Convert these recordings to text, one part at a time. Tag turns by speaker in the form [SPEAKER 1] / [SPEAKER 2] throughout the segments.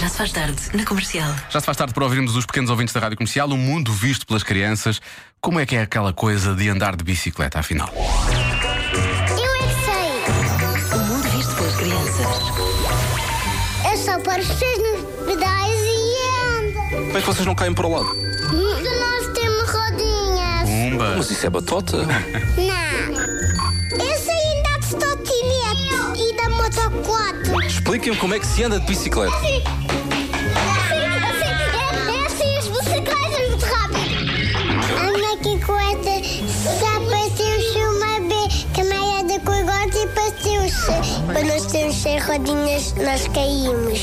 [SPEAKER 1] Já se faz tarde na comercial.
[SPEAKER 2] Já se faz tarde para ouvirmos os pequenos ouvintes da Rádio Comercial, o mundo visto pelas crianças. Como é que é aquela coisa de andar de bicicleta, afinal?
[SPEAKER 3] Eu é que sei.
[SPEAKER 1] O mundo visto pelas crianças.
[SPEAKER 3] Eu só paro os pés nos pedais e ando.
[SPEAKER 4] Como é que vocês não caem para o lado?
[SPEAKER 3] Porque nós temos rodinhas.
[SPEAKER 2] Pumba!
[SPEAKER 4] Mas isso é batota?
[SPEAKER 3] Não. Eu sei andar de trotinete e da motocicleta.
[SPEAKER 4] Expliquem-me como é que se anda de bicicleta.
[SPEAKER 3] Assim, assim, é- é assim, as bicicletas muito rápido. A minha que coeta já pareceu-se uma é B, que a meia de coigote e pareceu-se. Quando nós temos sem rodinhas, nós caímos.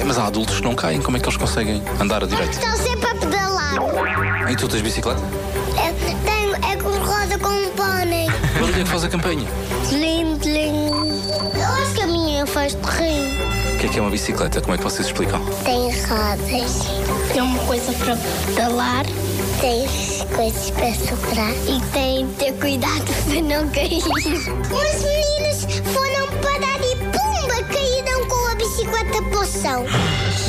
[SPEAKER 4] É, Mas há adultos que não caem, como é que eles conseguem andar a direita?
[SPEAKER 3] Estão sempre a pedalar.
[SPEAKER 4] E tu tens bicicleta?
[SPEAKER 3] Eu tenho é com roda com um pônei.
[SPEAKER 4] Que Barulho é que faz a campanha?
[SPEAKER 3] Lindo, lindo. Eu acho que a minha faz de rir.
[SPEAKER 4] O que é que é uma bicicleta? Como é que vocês explicam?
[SPEAKER 3] Tem rodas. Tem uma coisa para pedalar. Tem coisas para soprar. E tem de ter cuidado para não cair. Umas meninas foram parar e pumba, caíram com a bicicleta para o chão.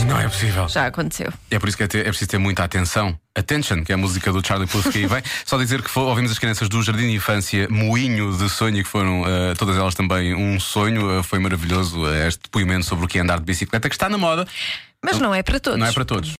[SPEAKER 2] Não é possível.
[SPEAKER 5] Já aconteceu.
[SPEAKER 2] É por isso que é, ter- é preciso ter muita atenção. Attention, que é a música do Charlie Puth que aí vem. Só dizer que fo- ouvimos as crianças do Jardim de Infância Moinho de Sonho, e que foram eh, todas elas também um sonho. Eh, foi maravilhoso eh, este depoimento sobre o que é andar de bicicleta, que está na moda,
[SPEAKER 5] Mas não é para todos.
[SPEAKER 2] não é para todos.